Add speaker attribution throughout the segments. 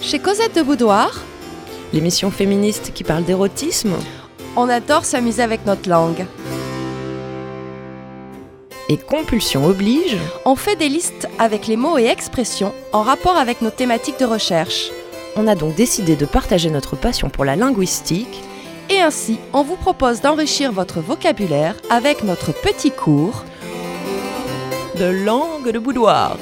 Speaker 1: Chez Cosette de Boudoir,
Speaker 2: l'émission féministe qui parle d'érotisme.
Speaker 1: on adore s'amuser avec notre langue.
Speaker 2: Et compulsion oblige,
Speaker 1: On fait des listes avec les mots et expressions en rapport avec nos thématiques de recherche.
Speaker 2: on a donc décidé de partager notre passion pour la linguistique
Speaker 1: Et ainsi, on vous propose d'enrichir votre vocabulaire avec notre petit cours.
Speaker 2: de langue de boudoir.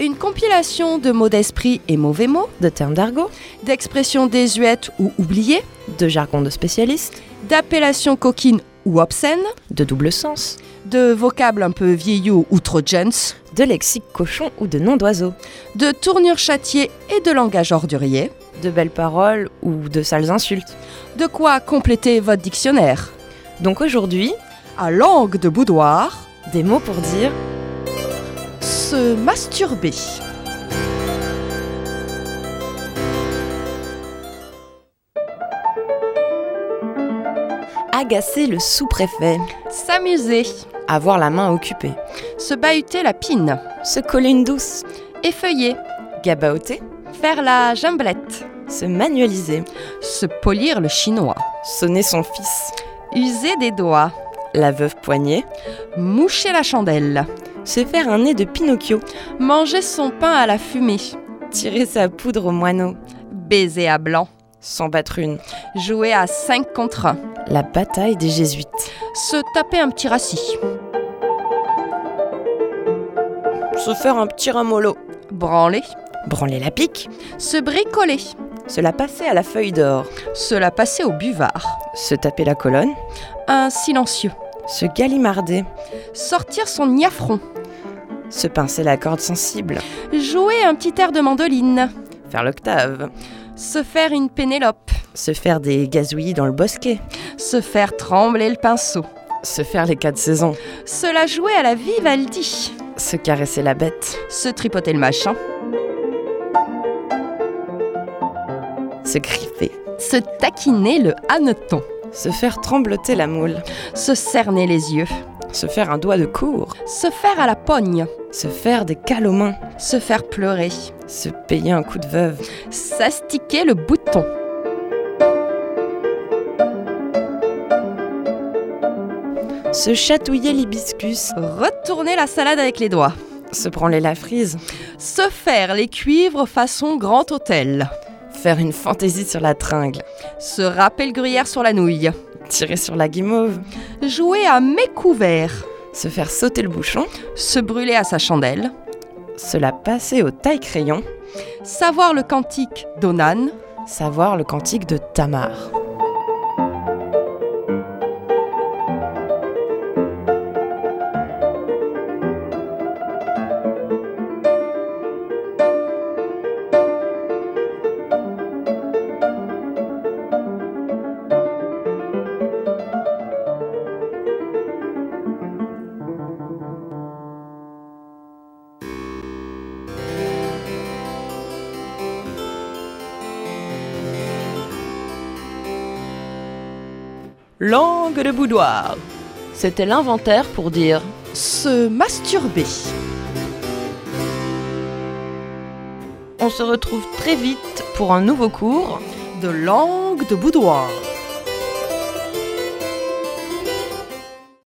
Speaker 1: Une compilation de mots d'esprit et mauvais mots,
Speaker 2: De termes d'argot,
Speaker 1: d'expressions désuètes ou oubliées,
Speaker 2: de jargon de spécialiste,
Speaker 1: d'appellations coquines ou obscènes,
Speaker 2: de double sens,
Speaker 1: de vocables un peu vieillots ou trop jeunes,
Speaker 2: de lexique cochon ou de nom d'oiseau,
Speaker 1: de tournures châtiées et de langage ordurier,
Speaker 2: de belles paroles ou de sales insultes.
Speaker 1: de quoi compléter votre dictionnaire.
Speaker 2: Donc aujourd'hui,
Speaker 1: À langue de boudoir,
Speaker 2: des mots pour dire
Speaker 1: se masturber.
Speaker 2: agacer le sous-préfet,
Speaker 1: S'amuser.
Speaker 2: avoir la main occupée,
Speaker 1: Se bahuter la pine.
Speaker 2: se coller une douce,
Speaker 1: Effeuiller.
Speaker 2: gabaoter,
Speaker 1: Faire la jamblette.
Speaker 2: se manualiser,
Speaker 1: Se polir le chinois.
Speaker 2: sonner son fils,
Speaker 1: User des doigts.
Speaker 2: la veuve poignée,
Speaker 1: Moucher la chandelle.
Speaker 2: se faire un nez de Pinocchio,
Speaker 1: Manger son pain à la fumée.
Speaker 2: tirer sa poudre au moineau,
Speaker 1: Baiser à blanc.
Speaker 2: s'en battre une,
Speaker 1: Jouer à 5 contre 1.
Speaker 2: la bataille des jésuites,
Speaker 1: Se taper un petit rassis.
Speaker 2: se faire un petit ramolo,
Speaker 1: Branler.
Speaker 2: branler la pique,
Speaker 1: Se bricoler.
Speaker 2: se la passer à la feuille d'or,
Speaker 1: Se la passer au buvard.
Speaker 2: se taper la colonne,
Speaker 1: Un silencieux.
Speaker 2: se galimarder,
Speaker 1: Sortir son niafron.
Speaker 2: se pincer la corde sensible,
Speaker 1: Jouer un petit air de mandoline.
Speaker 2: faire l'octave,
Speaker 1: Se faire une pénélope.
Speaker 2: se faire des gazouillis dans le bosquet,
Speaker 1: Se faire trembler le pinceau.
Speaker 2: se faire les quatre saisons,
Speaker 1: Se la jouer à la Vivaldi.
Speaker 2: se caresser la bête,
Speaker 1: Se tripoter le machin.
Speaker 2: se griffer,
Speaker 1: Se taquiner le hanneton.
Speaker 2: se faire trembloter la moule,
Speaker 1: Se cerner les yeux.
Speaker 2: se faire un doigt de cour,
Speaker 1: Se faire à la pogne.
Speaker 2: se faire des cales aux mains,
Speaker 1: Se faire pleurer.
Speaker 2: se payer un coup de veuve,
Speaker 1: S'astiquer le bouton.
Speaker 2: se chatouiller l'hibiscus,
Speaker 1: Retourner la salade avec les doigts.
Speaker 2: se branler la frise,
Speaker 1: Se faire les cuivres façon grand hôtel.
Speaker 2: faire une fantaisie sur la tringle,
Speaker 1: Se râper le gruyère sur la nouille.
Speaker 2: tirer sur la guimauve,
Speaker 1: Jouer à mécouvert.
Speaker 2: se faire sauter le bouchon,
Speaker 1: Se brûler à sa chandelle.
Speaker 2: se la passer au taille-crayon,
Speaker 1: Savoir le cantique d'Onan.
Speaker 2: savoir le cantique de Tamar. Langue de boudoir. C'était l'inventaire pour dire
Speaker 1: Se masturber.
Speaker 2: on se retrouve très vite pour un nouveau cours.
Speaker 1: De langue de boudoir.